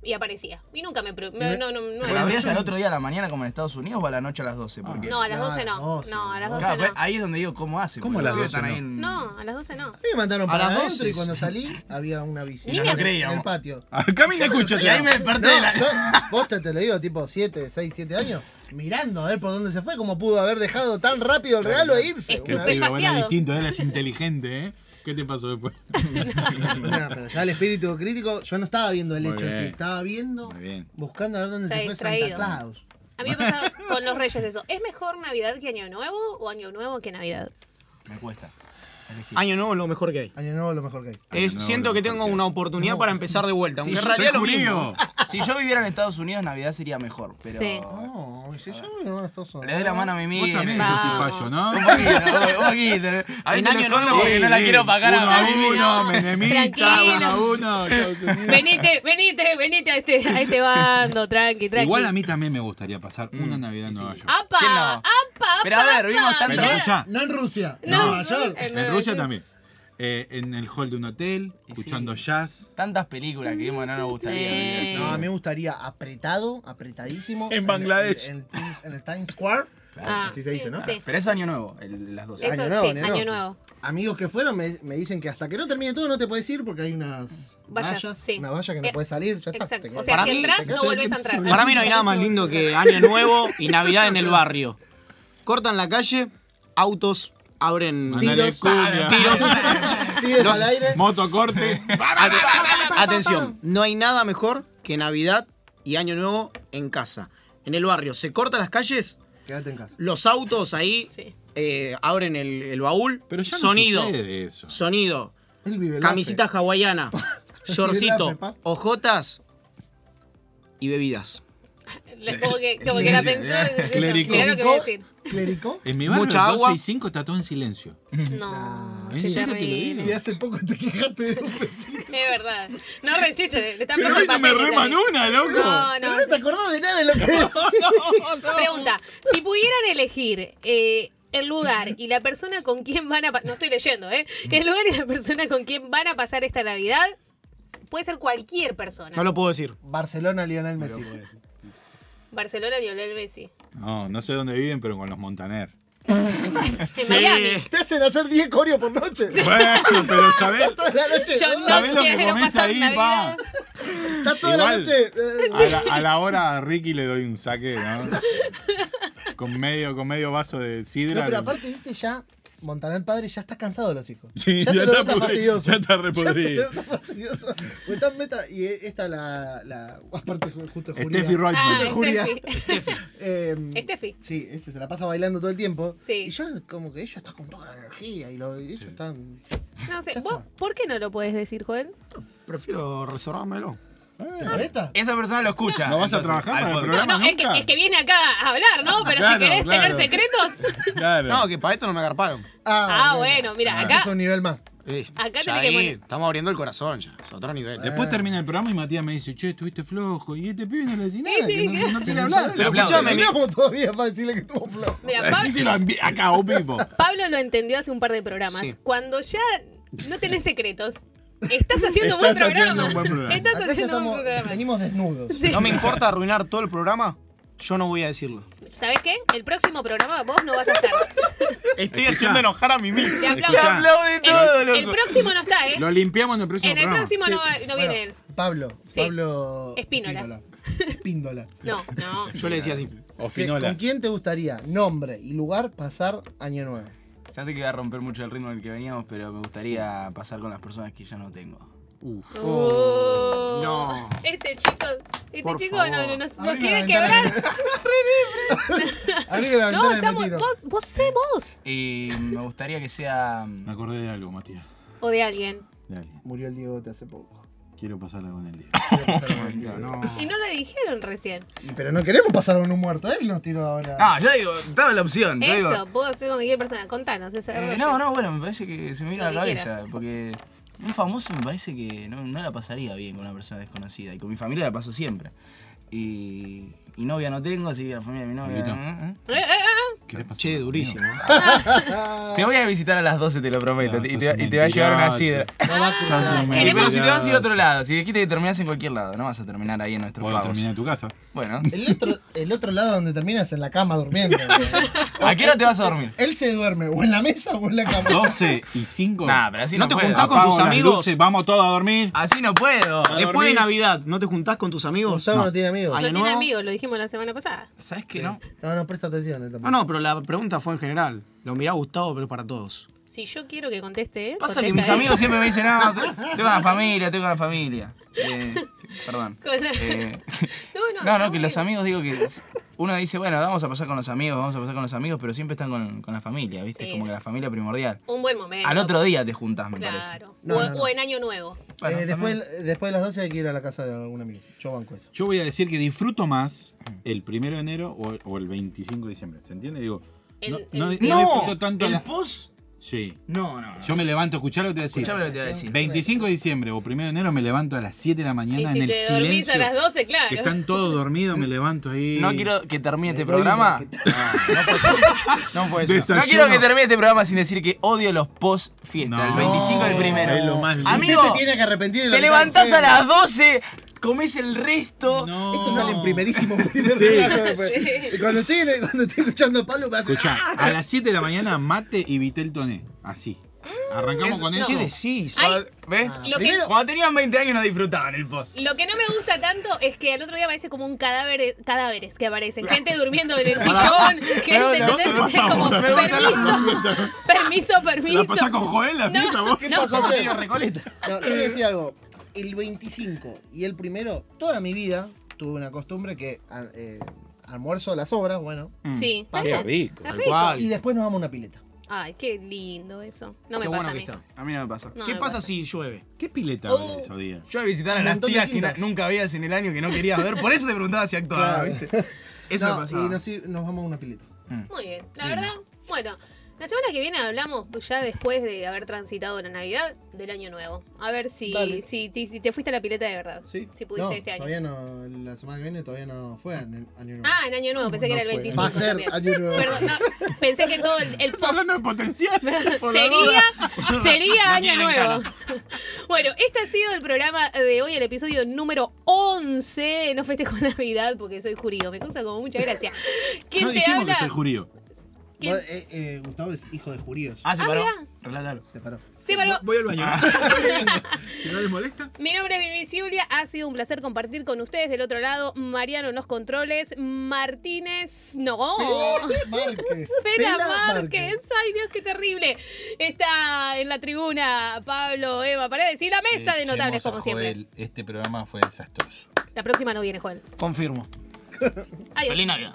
[SPEAKER 4] Y aparecía. Y nunca me... pre- me- No, no, no.
[SPEAKER 8] ¿La
[SPEAKER 4] era-
[SPEAKER 8] abrías al otro día a la mañana como en Estados Unidos o a la noche a las 12? Porque...
[SPEAKER 4] No, a las
[SPEAKER 5] No,
[SPEAKER 4] 12
[SPEAKER 5] a las
[SPEAKER 4] no.
[SPEAKER 5] 12,
[SPEAKER 4] No, a las
[SPEAKER 5] no.
[SPEAKER 4] 12
[SPEAKER 8] Claro,
[SPEAKER 4] no.
[SPEAKER 8] pues, ahí es donde digo, ¿cómo hacen?
[SPEAKER 6] ¿Cómo
[SPEAKER 8] Porque
[SPEAKER 6] las
[SPEAKER 8] los
[SPEAKER 6] doce
[SPEAKER 8] están
[SPEAKER 6] no?
[SPEAKER 8] ahí en-
[SPEAKER 4] No, a las 12 no.
[SPEAKER 5] A mí me mandaron
[SPEAKER 2] A
[SPEAKER 5] para
[SPEAKER 2] las
[SPEAKER 5] adentro
[SPEAKER 2] doce.
[SPEAKER 5] y cuando salí había una bici.
[SPEAKER 4] Niña. No lo
[SPEAKER 8] creíamos.
[SPEAKER 5] En el patio.
[SPEAKER 6] Camina, escúchate.
[SPEAKER 8] Y ahí me desperté. de
[SPEAKER 5] No,
[SPEAKER 8] la-
[SPEAKER 5] yo, posta, te lo digo, tipo 7, 6, 7 años, mirando a ver por dónde se fue, cómo pudo haber dejado tan rápido el regalo e irse.
[SPEAKER 4] Estupe-
[SPEAKER 6] Qué
[SPEAKER 5] Una
[SPEAKER 6] pibe,
[SPEAKER 5] vez-
[SPEAKER 6] bueno,
[SPEAKER 4] Despaciado.
[SPEAKER 6] distinto, él es inteligente, ¿eh? ¿Qué <laughs> te pasó después?
[SPEAKER 5] No, pero ya el espíritu crítico, yo no estaba viendo el
[SPEAKER 6] Muy
[SPEAKER 5] hecho en sí,
[SPEAKER 6] bien.
[SPEAKER 5] estaba viendo,
[SPEAKER 6] Muy bien.
[SPEAKER 5] buscando a ver dónde
[SPEAKER 4] Está
[SPEAKER 5] se fue
[SPEAKER 4] distraído.
[SPEAKER 5] Santa Claus.
[SPEAKER 4] A mí me ha pasado con los reyes eso. ¿Es mejor Navidad que Año Nuevo o Año Nuevo que Navidad?
[SPEAKER 8] Me cuesta.
[SPEAKER 2] Año nuevo es lo mejor que hay.
[SPEAKER 5] Año nuevo lo mejor que hay.
[SPEAKER 2] Eh,
[SPEAKER 6] no,
[SPEAKER 2] siento
[SPEAKER 6] no,
[SPEAKER 2] que
[SPEAKER 6] no,
[SPEAKER 2] tengo
[SPEAKER 6] no.
[SPEAKER 2] una oportunidad para empezar de vuelta. Aunque en
[SPEAKER 8] yo
[SPEAKER 2] realidad
[SPEAKER 6] soy
[SPEAKER 2] lo mismo.
[SPEAKER 6] judío.
[SPEAKER 8] Si yo viviera en Estados Unidos, Navidad sería mejor, pero...
[SPEAKER 4] Sí.
[SPEAKER 5] No, si yo no me estoy
[SPEAKER 8] Le doy la mano a mi
[SPEAKER 6] Vos
[SPEAKER 8] amigo.
[SPEAKER 6] también
[SPEAKER 8] Un
[SPEAKER 6] sos
[SPEAKER 4] Vamos.
[SPEAKER 6] cipayo, ¿no?
[SPEAKER 8] poquito, un poquito. A
[SPEAKER 2] En
[SPEAKER 8] veces
[SPEAKER 2] Año
[SPEAKER 8] lo escondo
[SPEAKER 2] Nuevo-
[SPEAKER 8] porque no la
[SPEAKER 6] Sí,
[SPEAKER 8] quiero pagar
[SPEAKER 6] uno
[SPEAKER 8] a
[SPEAKER 6] a
[SPEAKER 8] mi
[SPEAKER 6] uno,
[SPEAKER 4] no.
[SPEAKER 6] menemista,
[SPEAKER 4] Tranquilo.
[SPEAKER 6] uno a uno. Estados Unidos.
[SPEAKER 4] Venite, venite, venite a este, a este bando, tranqui, tranqui.
[SPEAKER 6] Igual a mí también me gustaría pasar una
[SPEAKER 2] Mm,
[SPEAKER 6] Navidad en Nueva York.
[SPEAKER 4] ¡Apa!
[SPEAKER 8] ¿Quién no?
[SPEAKER 4] ¡Apa!
[SPEAKER 8] Pero a
[SPEAKER 4] apa,
[SPEAKER 8] ver, vimos
[SPEAKER 4] apa!
[SPEAKER 8] tanto-
[SPEAKER 6] Pero,
[SPEAKER 4] Mirá,
[SPEAKER 6] cha,
[SPEAKER 5] No en Rusia, en
[SPEAKER 4] No,
[SPEAKER 5] Nueva York.
[SPEAKER 4] en
[SPEAKER 6] en Rusia
[SPEAKER 4] Nueva
[SPEAKER 6] también. Eh, en el hall de un hotel, escuchando jazz.
[SPEAKER 8] Tantas películas que vimos no nos gustaría.
[SPEAKER 4] Sí.
[SPEAKER 8] ¿no?
[SPEAKER 5] No, a mí me gustaría apretador, apretadísimo.
[SPEAKER 6] En Bangladesh.
[SPEAKER 5] En, en- en- en el Times Square.
[SPEAKER 4] Ah,
[SPEAKER 5] Así se
[SPEAKER 4] sí,
[SPEAKER 5] dice, ¿no?
[SPEAKER 4] sí.
[SPEAKER 8] Pero eso año nuevo, el- las 12.
[SPEAKER 4] Eso,
[SPEAKER 5] Año nuevo,
[SPEAKER 4] sí,
[SPEAKER 5] año
[SPEAKER 4] año,
[SPEAKER 5] nuevo, sí.
[SPEAKER 4] nuevo.
[SPEAKER 5] Amigos que fueron me, me dicen que hasta que no termine todo no te puedes ir porque hay unas
[SPEAKER 4] Vallas,
[SPEAKER 5] vallas,
[SPEAKER 4] sí.
[SPEAKER 5] una valla que no
[SPEAKER 4] Eh,
[SPEAKER 5] puedes salir, ya está. te
[SPEAKER 4] Exacto.
[SPEAKER 5] quedas.
[SPEAKER 4] O sea,
[SPEAKER 2] Para
[SPEAKER 4] si
[SPEAKER 2] mí-
[SPEAKER 4] entras,
[SPEAKER 5] te
[SPEAKER 4] no
[SPEAKER 5] quedas-
[SPEAKER 4] volvés a entrar.
[SPEAKER 5] <laughs>
[SPEAKER 2] Para mí no hay nada más lindo que Año Nuevo y Navidad en el barrio. Cortan la calle, autos abren
[SPEAKER 6] Mandale cumbia.
[SPEAKER 2] tiros.
[SPEAKER 6] <laughs>
[SPEAKER 5] Tiros
[SPEAKER 2] Dos-
[SPEAKER 5] al aire.
[SPEAKER 6] Motocorte.
[SPEAKER 2] Atención, no hay nada mejor que Navidad y Año Nuevo en casa. En el barrio se cortan las calles,
[SPEAKER 5] Quédate en casa.
[SPEAKER 2] los autos ahí
[SPEAKER 4] Sí.
[SPEAKER 2] eh, abren el, el baúl,
[SPEAKER 6] Pero ya no
[SPEAKER 2] sonido,
[SPEAKER 6] sucede eso.
[SPEAKER 2] sonido,
[SPEAKER 5] Él vive el
[SPEAKER 2] camisita
[SPEAKER 6] <laughs>
[SPEAKER 2] hawaiana,
[SPEAKER 5] Lafe,
[SPEAKER 2] shortcito,
[SPEAKER 5] pa.
[SPEAKER 2] ojotas y bebidas.
[SPEAKER 4] La- Como que, como que la pensó.
[SPEAKER 6] Clericó.
[SPEAKER 4] Mirá lo que voy a decir.
[SPEAKER 5] Clérico.
[SPEAKER 6] En mi barrio
[SPEAKER 2] Mucha
[SPEAKER 6] el 12
[SPEAKER 2] agua.
[SPEAKER 6] y 5 está todo en silencio.
[SPEAKER 4] No,
[SPEAKER 6] ¿En
[SPEAKER 4] se
[SPEAKER 6] serio te lo digo?
[SPEAKER 5] Si hace poco te quejaste de un vecino.
[SPEAKER 4] Es verdad. No resiste, le están pasando papel.
[SPEAKER 6] una, loco.
[SPEAKER 4] No,
[SPEAKER 5] Pero
[SPEAKER 4] no.
[SPEAKER 5] no te acordás de nada de lo que decía.
[SPEAKER 4] Pregunta, si pudieran elegir eh, el lugar y la persona con quien van a pa- no estoy leyendo, ¿eh? El lugar y la persona con quien van a pasar esta Navidad puede ser cualquier persona.
[SPEAKER 2] No lo puedo decir.
[SPEAKER 5] Barcelona, Lionel Messi.
[SPEAKER 4] Barcelona, Lionel Messi.
[SPEAKER 6] No, no sé dónde viven, pero con los Montaner.
[SPEAKER 4] En Miami.
[SPEAKER 5] Te hacen hacer 10 coreos por noche.
[SPEAKER 6] Bueno, pero ¿sabés?
[SPEAKER 5] Toda la noche.
[SPEAKER 4] Yo no
[SPEAKER 6] ¿Sabés lo que
[SPEAKER 4] quiero
[SPEAKER 6] comés
[SPEAKER 4] pasar
[SPEAKER 6] ahí,
[SPEAKER 4] Navidad.
[SPEAKER 6] pa?
[SPEAKER 5] Está toda la
[SPEAKER 6] Igual, <laughs>
[SPEAKER 5] noche.
[SPEAKER 6] A la, a la hora a Ricky le doy un saque, ¿no? con, medio, con medio vaso de sidra.
[SPEAKER 5] No, pero aparte, viste, ya Montaner el padre ya está cansado de los hijos.
[SPEAKER 6] Sí,
[SPEAKER 5] se
[SPEAKER 6] ya
[SPEAKER 5] lo
[SPEAKER 6] está
[SPEAKER 5] nota
[SPEAKER 6] pudri-
[SPEAKER 5] fastidioso.
[SPEAKER 6] ya está
[SPEAKER 5] se
[SPEAKER 6] repodrido.
[SPEAKER 5] lo nota fastidioso. Porque está meta y e- esta la, la aparte ju- justo es Julia.
[SPEAKER 6] Steffi Reutemann.
[SPEAKER 4] Ah,
[SPEAKER 5] Julia.
[SPEAKER 4] Steffi.
[SPEAKER 5] Eh,
[SPEAKER 4] Steffi.
[SPEAKER 5] Sí, este se la pasa bailando todo el tiempo.
[SPEAKER 4] Sí.
[SPEAKER 5] Y ya como que ella está con toda la energía y lo, y ellos están.
[SPEAKER 4] No sé,
[SPEAKER 5] Ya
[SPEAKER 4] ¿vos
[SPEAKER 5] está.
[SPEAKER 4] por qué no lo podés decir, Joel?
[SPEAKER 2] Prefiero reservármelo.
[SPEAKER 5] ¿Te
[SPEAKER 4] Ah.
[SPEAKER 5] molesta?
[SPEAKER 8] Esa persona lo escucha.
[SPEAKER 6] ¿No vas a
[SPEAKER 8] entonces,
[SPEAKER 6] trabajar
[SPEAKER 8] al
[SPEAKER 6] para el
[SPEAKER 8] podcast.
[SPEAKER 6] programa?
[SPEAKER 4] No, no, es que,
[SPEAKER 6] nunca.
[SPEAKER 4] es que viene acá a hablar, ¿no? Pero
[SPEAKER 6] Claro,
[SPEAKER 4] si querés
[SPEAKER 6] claro.
[SPEAKER 4] tener secretos.
[SPEAKER 6] <laughs> Claro.
[SPEAKER 2] No, que para esto no me agarparon.
[SPEAKER 4] Ah, bueno, mira,
[SPEAKER 5] Ese
[SPEAKER 4] acá.
[SPEAKER 5] es un nivel más.
[SPEAKER 2] Eh,
[SPEAKER 4] Acá
[SPEAKER 2] ya
[SPEAKER 4] tenés que
[SPEAKER 2] ahí
[SPEAKER 4] poner-
[SPEAKER 2] Estamos abriendo el corazón ya. Es otro nivel.
[SPEAKER 8] Eh.
[SPEAKER 4] Ah.
[SPEAKER 6] Después termina el programa y Matías me dice, che, estuviste flojo. Y este pibe no le dice
[SPEAKER 4] Sí,
[SPEAKER 6] nada,
[SPEAKER 4] sí,
[SPEAKER 6] que no,
[SPEAKER 4] que-
[SPEAKER 6] no <laughs> quiere hablar.
[SPEAKER 2] Pero
[SPEAKER 8] aplaudo,
[SPEAKER 2] escuchame,
[SPEAKER 8] le
[SPEAKER 2] mi-
[SPEAKER 5] Estamos todavía para decirle que estuvo flojo.
[SPEAKER 4] Mira, Pa-
[SPEAKER 6] Así se lo envi- acá, o vivo.
[SPEAKER 4] Pablo lo entendió hace un par de programas.
[SPEAKER 2] Sí.
[SPEAKER 4] Cuando ya no tenés secretos, estás haciendo un buen
[SPEAKER 6] Estás
[SPEAKER 4] programa.
[SPEAKER 6] haciendo un buen programa.
[SPEAKER 4] Estás
[SPEAKER 5] Acá ya
[SPEAKER 4] haciendo un
[SPEAKER 5] estamos,
[SPEAKER 4] buen programa.
[SPEAKER 5] venimos desnudos.
[SPEAKER 4] Sí.
[SPEAKER 2] no me importa arruinar todo el programa, yo no voy a decirlo.
[SPEAKER 4] ¿Sabés qué? El próximo programa vos no vas a
[SPEAKER 6] <laughs>
[SPEAKER 4] estar.
[SPEAKER 2] Estoy haciendo enojar a mí mismo.
[SPEAKER 4] Te aplaudo.
[SPEAKER 6] Escuchá.
[SPEAKER 8] Aplaude todo,
[SPEAKER 4] El, el
[SPEAKER 8] loco.
[SPEAKER 4] próximo no está, ¿eh?
[SPEAKER 6] Lo limpiamos en el próximo
[SPEAKER 4] En el
[SPEAKER 6] programa.
[SPEAKER 4] próximo
[SPEAKER 5] Sí.
[SPEAKER 4] no, va- no
[SPEAKER 5] Bueno,
[SPEAKER 4] viene él.
[SPEAKER 5] Pablo.
[SPEAKER 4] Sí.
[SPEAKER 5] Pablo.
[SPEAKER 4] <laughs> Espínola.
[SPEAKER 5] Espíndola.
[SPEAKER 4] No, no.
[SPEAKER 2] Yo le decía así.
[SPEAKER 8] Oh.
[SPEAKER 6] O
[SPEAKER 5] ¿Qué-
[SPEAKER 6] Finola.
[SPEAKER 5] ¿Con quién te gustaría, nombre y lugar, pasar año nuevo?
[SPEAKER 8] Ya sé que va a romper mucho el ritmo del que veníamos, pero me gustaría pasar con las personas que ya no tengo.
[SPEAKER 4] Oh.
[SPEAKER 2] no.
[SPEAKER 4] Este chico, este
[SPEAKER 2] Por
[SPEAKER 4] chico
[SPEAKER 2] favor.
[SPEAKER 4] no, no, nos, nos
[SPEAKER 5] Abrime
[SPEAKER 4] quiere
[SPEAKER 5] la
[SPEAKER 4] quebrar.
[SPEAKER 5] Abrí la
[SPEAKER 4] No,
[SPEAKER 5] ventana y me
[SPEAKER 4] estamos.
[SPEAKER 5] tiro.
[SPEAKER 4] Vos, vos sé vos.
[SPEAKER 8] Y me gustaría que sea.
[SPEAKER 6] Me acordé de algo, Matías.
[SPEAKER 4] O de alguien.
[SPEAKER 6] Dale,
[SPEAKER 5] Murió el Diegote hace poco.
[SPEAKER 6] quiero pasarla con el día.
[SPEAKER 5] Quiero pasar con el Diegote.
[SPEAKER 8] Ah.
[SPEAKER 4] Y no lo dijeron recién.
[SPEAKER 5] Y- Pero no queremos pasar con un muerto, él nos tiró ahora. Ah,
[SPEAKER 8] No, yo digo, daba la opción. yo digo,
[SPEAKER 4] Eso, puedo hacer con cualquier persona. Contanos ese
[SPEAKER 8] eh,
[SPEAKER 4] rollo.
[SPEAKER 8] no, no, bueno, me parece que se me vino
[SPEAKER 4] Lo
[SPEAKER 8] a la
[SPEAKER 4] que
[SPEAKER 8] cabeza.
[SPEAKER 4] quieras.
[SPEAKER 8] Porque un famoso me parece que no, no la pasaría bien con una persona desconocida. Y con mi familia la paso siempre. Y, y novia no tengo, así que la familia de mi novia.
[SPEAKER 6] Amiguito.
[SPEAKER 8] ¿eh?
[SPEAKER 4] Eh, eh, eh.
[SPEAKER 6] ¿Querés pasar
[SPEAKER 2] Che,
[SPEAKER 6] conmigo?
[SPEAKER 2] <laughs> durísimo.
[SPEAKER 8] <laughs> Te voy a visitar a las 12, te lo prometo.
[SPEAKER 6] No,
[SPEAKER 8] y,
[SPEAKER 6] sos
[SPEAKER 8] te,
[SPEAKER 6] un
[SPEAKER 8] y te va a llevar una
[SPEAKER 6] mentiroso.
[SPEAKER 8] sidra.
[SPEAKER 5] No
[SPEAKER 4] Ah.
[SPEAKER 5] va a cruzar.
[SPEAKER 6] Queremos-
[SPEAKER 8] Y Pero si te vas a ir a otro lado, si dijiste que terminás en cualquier lado, no vas a terminar ahí en nuestros
[SPEAKER 6] Puedo
[SPEAKER 8] pagos.
[SPEAKER 6] terminar en tu casa.
[SPEAKER 8] Bueno,
[SPEAKER 5] El otro, el otro lado donde terminas en la
[SPEAKER 8] <laughs>
[SPEAKER 5] cama durmiendo. boludo.
[SPEAKER 8] ¿a qué hora te vas a
[SPEAKER 2] <laughs>
[SPEAKER 8] dormir?
[SPEAKER 5] Él se duerme o en la mesa o en la cama.
[SPEAKER 6] 12 y 5.
[SPEAKER 8] Nah, pero así no,
[SPEAKER 2] ¿No te
[SPEAKER 8] puedo.
[SPEAKER 2] juntás con
[SPEAKER 6] Apago
[SPEAKER 2] tus
[SPEAKER 6] las
[SPEAKER 2] amigos?
[SPEAKER 6] luces, vamos todos a dormir.
[SPEAKER 8] Así no puedo.
[SPEAKER 2] Después de Navidad, ¿no te juntás con tus amigos?
[SPEAKER 5] Gustavo no, tiene amigos.
[SPEAKER 2] Ay.
[SPEAKER 4] No
[SPEAKER 2] Año
[SPEAKER 4] tiene
[SPEAKER 2] nuevo.
[SPEAKER 4] amigos, lo dijimos la semana pasada.
[SPEAKER 8] ¿Sabes qué no?
[SPEAKER 5] No, no, presta atención. él
[SPEAKER 8] Ah,
[SPEAKER 2] No,
[SPEAKER 5] tampoco.
[SPEAKER 2] no, pero la pregunta fue en general. Lo mirá Gustavo, pero es para todos.
[SPEAKER 4] Si yo quiero que conteste, ¿eh?
[SPEAKER 8] Pasa que
[SPEAKER 4] contesta
[SPEAKER 8] mis
[SPEAKER 4] él. <laughs>
[SPEAKER 8] amigos siempre me dicen, no, te- estoy con la familia, estoy con la familia. Eh, perdón.
[SPEAKER 4] Con la-
[SPEAKER 8] Eh,
[SPEAKER 4] <laughs> No, no,
[SPEAKER 8] no,
[SPEAKER 4] está
[SPEAKER 8] no, que
[SPEAKER 4] bien.
[SPEAKER 8] los amigos, digo que s- uno dice, bueno, vamos a pasar con los amigos, vamos a pasar con los amigos, pero siempre están con, con la familia, ¿viste?
[SPEAKER 4] Sí.
[SPEAKER 8] Es como que la familia primordial.
[SPEAKER 4] Un buen momento.
[SPEAKER 8] Al otro día te juntas, me parece.
[SPEAKER 4] Claro.
[SPEAKER 5] No,
[SPEAKER 4] o,
[SPEAKER 5] no, no.
[SPEAKER 4] o en Año Nuevo.
[SPEAKER 8] Bueno,
[SPEAKER 5] Eh, después, después de las 12 hay que ir a la casa de algún amigo. Yo banco eso.
[SPEAKER 6] Yo voy a decir que disfruto más el 1 de enero o, o el 25 de diciembre. ¿Se entiende? Digo,
[SPEAKER 4] El-
[SPEAKER 6] no,
[SPEAKER 4] el
[SPEAKER 6] no- no
[SPEAKER 4] día-
[SPEAKER 6] disfruto tanto.
[SPEAKER 8] el
[SPEAKER 6] la-
[SPEAKER 8] post.
[SPEAKER 6] Sí.
[SPEAKER 8] No, no, no.
[SPEAKER 6] Yo me levanto, escuchá lo que te decía.
[SPEAKER 8] Escuchame lo que te voy a decir.
[SPEAKER 6] 25 de diciembre o 1 de enero me levanto a las 7 de la
[SPEAKER 4] Y
[SPEAKER 6] mañana
[SPEAKER 4] si
[SPEAKER 6] en el
[SPEAKER 4] te dormís
[SPEAKER 6] silencio.
[SPEAKER 4] a las 12, claro.
[SPEAKER 6] Que están todos dormidos, me levanto ahí.
[SPEAKER 8] No quiero que termine este
[SPEAKER 5] doy
[SPEAKER 8] programa.
[SPEAKER 5] una que
[SPEAKER 8] No, no puede ser.
[SPEAKER 6] Desayuno.
[SPEAKER 8] No quiero que termine este programa sin decir que odio los post fiesta.
[SPEAKER 6] No.
[SPEAKER 8] el 25 del primero.
[SPEAKER 6] Es lo más lindo.
[SPEAKER 8] Amigo,
[SPEAKER 5] Usted se tiene que arrepentir de lo
[SPEAKER 8] te
[SPEAKER 5] que está
[SPEAKER 8] levantás a
[SPEAKER 5] diciendo.
[SPEAKER 8] las 12, comés el resto.
[SPEAKER 6] No.
[SPEAKER 5] Esto sale en primerísimo. primer plano después. Y cuando estoy, cuando estoy escuchando a Pablo, me hace.
[SPEAKER 6] Escuchá, a las 7 de la mañana mate y vitel toné. Así. Arrancamos
[SPEAKER 8] Es-
[SPEAKER 6] con
[SPEAKER 8] no.
[SPEAKER 6] eso.
[SPEAKER 8] ¿Qué decís?
[SPEAKER 4] Ay.
[SPEAKER 8] ¿Ves?
[SPEAKER 4] Lo que-
[SPEAKER 5] Primero-
[SPEAKER 8] Cuando tenían 20 años no disfrutaban el post.
[SPEAKER 4] Lo que no me gusta tanto es que al otro día aparece como un cadáver, cadáveres que aparecen. Gente durmiendo en el sillón,
[SPEAKER 8] Perdón,
[SPEAKER 4] gente, ¿entendés?
[SPEAKER 6] no, no,
[SPEAKER 4] Es como,
[SPEAKER 6] no, no, no,
[SPEAKER 4] permiso, permiso,
[SPEAKER 6] ¿La
[SPEAKER 4] permiso.
[SPEAKER 6] pasás con Joel la
[SPEAKER 4] No,
[SPEAKER 6] fiesta vos?
[SPEAKER 4] no,
[SPEAKER 5] "Ah, ayer? No, yo voy a decir algo. El 25 y el primero, toda mi vida tuve una costumbre que al- eh, almuerzo a las obras, bueno,
[SPEAKER 4] Sí.
[SPEAKER 5] Qué
[SPEAKER 4] Está
[SPEAKER 6] rico.
[SPEAKER 4] rico.
[SPEAKER 2] cual.
[SPEAKER 5] y después nos vamos a una pileta.
[SPEAKER 4] Ay, qué lindo eso. No me
[SPEAKER 2] Qué
[SPEAKER 4] pasa
[SPEAKER 2] bueno
[SPEAKER 4] a
[SPEAKER 2] que
[SPEAKER 4] mí.
[SPEAKER 2] está.
[SPEAKER 8] A mí no me pasa.
[SPEAKER 4] No
[SPEAKER 2] ¿Qué
[SPEAKER 4] me
[SPEAKER 2] pasa si llueve?
[SPEAKER 6] ¿Qué pileta habla
[SPEAKER 4] Oh.
[SPEAKER 6] de esos días?
[SPEAKER 8] Yo voy a visitar a
[SPEAKER 5] Un
[SPEAKER 8] las
[SPEAKER 5] montón de
[SPEAKER 8] tías que na-
[SPEAKER 5] quintas.
[SPEAKER 8] nunca veías en el año que no querías ver. Por eso te preguntaba si actuaba,
[SPEAKER 5] Claro.
[SPEAKER 8] ¿viste? Eso me
[SPEAKER 5] No,
[SPEAKER 8] pasaba.
[SPEAKER 5] y nos, i- nos vamos a una pileta.
[SPEAKER 4] Muy bien. La verdad, bueno, la semana que viene hablamos ya después de haber transitado la Navidad del año nuevo. A ver si,
[SPEAKER 5] Dale.
[SPEAKER 4] si, ti- si te fuiste a la pileta de verdad.
[SPEAKER 5] ¿Sí?
[SPEAKER 4] Si pudiste
[SPEAKER 5] No,
[SPEAKER 4] este año.
[SPEAKER 5] Todavía no, la semana que viene todavía no fue a año año nuevo.
[SPEAKER 4] Ah, en año nuevo, pensé que era el 25.
[SPEAKER 5] Va a ser
[SPEAKER 4] también.
[SPEAKER 5] año nuevo.
[SPEAKER 4] Perdón, no, pensé que todo el, el post
[SPEAKER 6] Hablando de potencial.
[SPEAKER 4] sería, sería
[SPEAKER 7] No
[SPEAKER 4] año
[SPEAKER 7] tienen
[SPEAKER 4] nuevo. <laughs> Bueno, este ha sido el programa de hoy, el episodio número 11. <laughs> No festejo Navidad porque soy jurío, me causa como mucha gracia. ¿Quién
[SPEAKER 6] No
[SPEAKER 4] te
[SPEAKER 6] dijimos
[SPEAKER 4] habla?
[SPEAKER 6] que soy jurío.
[SPEAKER 4] ¿Quién?
[SPEAKER 5] Bueno, eh, eh, Gustavo es hijo de judíos.
[SPEAKER 7] Ah, se
[SPEAKER 4] Ah,
[SPEAKER 7] paró.
[SPEAKER 4] mirá.
[SPEAKER 7] Relatalo.
[SPEAKER 5] Se paró.
[SPEAKER 4] Se paró.
[SPEAKER 6] Voy al baño.
[SPEAKER 7] Ah.
[SPEAKER 6] <laughs> si no les molesta.
[SPEAKER 4] Mi nombre es Vivi Siulia, ha sido un placer compartir con ustedes del otro lado. Mariano en los controles, Martínez, no,
[SPEAKER 5] Márquez.
[SPEAKER 4] Pela
[SPEAKER 5] Pela
[SPEAKER 4] Oh. Márquez, ay Dios, qué terrible. Está en la tribuna Pablo, Eva Paredes y la mesa de notables,
[SPEAKER 6] Echemos Eh, a
[SPEAKER 4] como siempre.
[SPEAKER 6] Joel, Este programa fue desastroso.
[SPEAKER 4] La próxima no viene, Juan.
[SPEAKER 7] Confirmo.
[SPEAKER 4] Adiós.
[SPEAKER 7] Feliz Navidad.